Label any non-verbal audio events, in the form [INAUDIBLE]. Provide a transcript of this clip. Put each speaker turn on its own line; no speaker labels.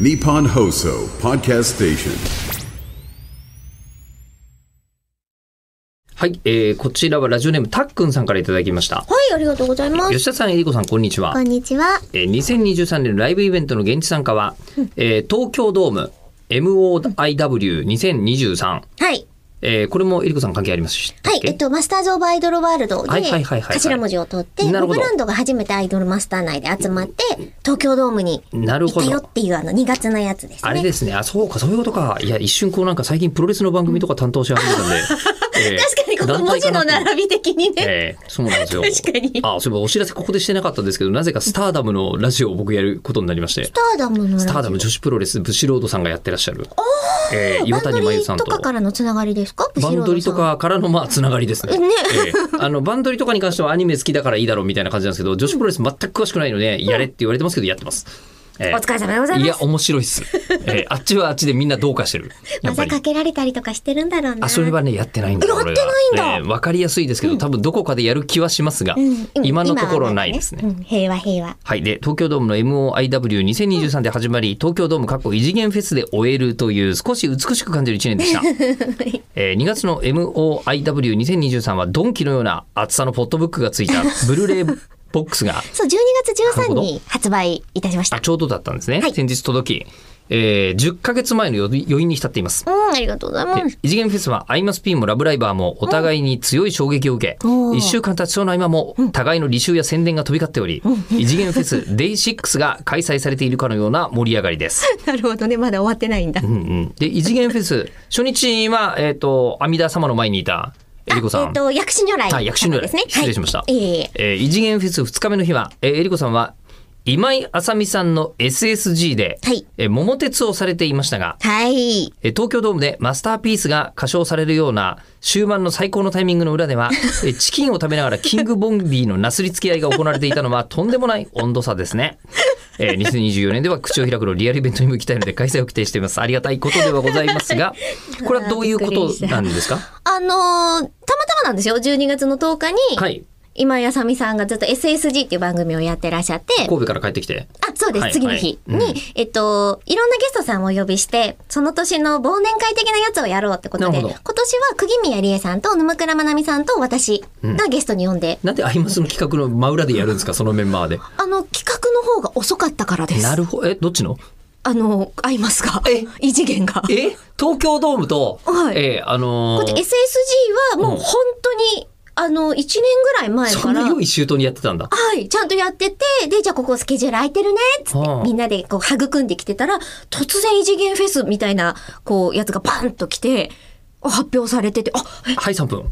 Nippon Hoso Podcast Station.
はい、えー、こちらはラジオネームたっくんさんからいただきました。
はい、ありがとうございます。
吉田さん、えりこさん、こんにちは
こ。んにちは。
えー、2023年ライブイベントの現地参加は、えー東京ドーム MOIW2023。
はい。
えーこれもえりこさん関係ありますし。
はい、えっと、マスターズ・オブ・アイドル・ワールドで、
はいはいはいはい
頭文字を取って、
なるほ
ブ
ど
ランドが初めてアイドルマスター内で集まって、東京ドームに
なる
行
ほ
ったよ
ど
っ。ていう、あの、2月のやつです
あれ
ね。
ですね。あ、そうか、そういうことか。いや、一瞬こうなんか最近プロレスの番組とか担当し始めたんで。
[LAUGHS]
えー
確かに、この文字の
団体かなと
並び的にね。
ええそうなんですよ。
確かに
あ、そういえばお知らせここでしてなかったんですけど、なぜかスターダムのラジオを僕やることになりまして
ス。ターダムの
スター
ラ
ダ
ジ
ム女子プロレスブシロードさんがやってらっしゃる、えー
オ。
岩谷真由さんと
バンドリーとかからのつながりですか
バンドリと。かからのまあつながりですね。
ね
ええあのバンドリとかに関してはアニメ好きだからいいだろうみたいな感じなんですけど、女子プロレス全く詳しくないので、やれって言われてますけどやってます。ええ
お疲れ様でございます
いや面白いっす、ええあっちはあっちでみんなどうかしてる。やっぱ
技
り
か。けられたりとかしてるんだろうな。
あそれはねやってないんだ
えやってないんだ
俺はええわかりやすいですけど、多分どこかでやる気はしますが、
うん、うん
今のところ
は
ないですね。
うん平和平和。
はい。で、東京ドームの MOIW2023 で始まり、東京ドーム過去異次元フェスで終えるという、少し美しく感じる1年で
[LAUGHS]
した。えー2月の MOIW2023 は、ドンキのような厚さのポットブックがつい
[LAUGHS]
た、ブルーレイボックスが、
そう、12月13に発売いたしました
あ、。ちょうどだったんですね。
はい
先日届き、えー10ヶ月前の余余韻に浸っています。
うん、ありがとうございます。
異次元フェスはアイマスピーもラブライバーもお互いに強い衝撃を受け、
うんおー
1週間経ちそうな今も互いの履修や宣伝が飛び交っており、異次元フェス Day6 が開催されているかのような盛り上がり
[LAUGHS]
です。
なるほどね、まだ終わってないんだ。
うんうん、で異次元フェス初日は、えっと阿弥陀様の前にいたえりこさ
えっ、
ん。
と、薬師如来。
はい薬師如来
ですね。
失礼しました
はい、ええ
えー異次元フェス2日目の日は、えーえりこさんは今井あさみさんの SSG で、
はい
えー桃鉄をされていましたが、
はい。
えー東京ドームでマスターピースが歌唱されるような終盤の最高のタイミングの裏ではえ
[LAUGHS]
ーチキンを食べながらキングボンビーのなすりつき合いが行われていたのはとんでもない温度差ですね。えー2024年では口を開くのリアルイベントに向きたいので開催を規定しています。ありがたいことではございます
[LAUGHS]
が、これはどういうことなんですか
あのーたまたまなんですよ。12月の10日に、
はい。
今井あさみさんがずっと SSG っていう番組をやってらっしゃって、
神戸から帰ってきて。
あ、そうです。
はい
次の日に、
はいうん
えっと、いろんなゲストさんをお呼びして、その年の忘年会的なやつをやろうってこと
な
で、
るほ
今
ど
年は釘宮理恵さんと沼倉まなみさんと私がゲストに呼んで、
なんでアイマスの企画の真裏でやるんですかそのメンバーで。
あの、企画の方が遅かったからです。
なるほど。え、どっちの
あの、合いますが、異次元が。
え東京ドームと、
はい
えーあの
だ
ー
って SSG はもう本当に、あの、1年ぐらい前
そ
か
んな
ら、
良い周到にやってたんだ。
はい、ちゃんとやってて、で、じゃあここスケジュール空いてるね、っつって
はあ、
みんなでこう育んできてたら、突然異次元フェスみたいな、こう、やつがバンと来て、あ発表されてて、あ、え
はい、3分。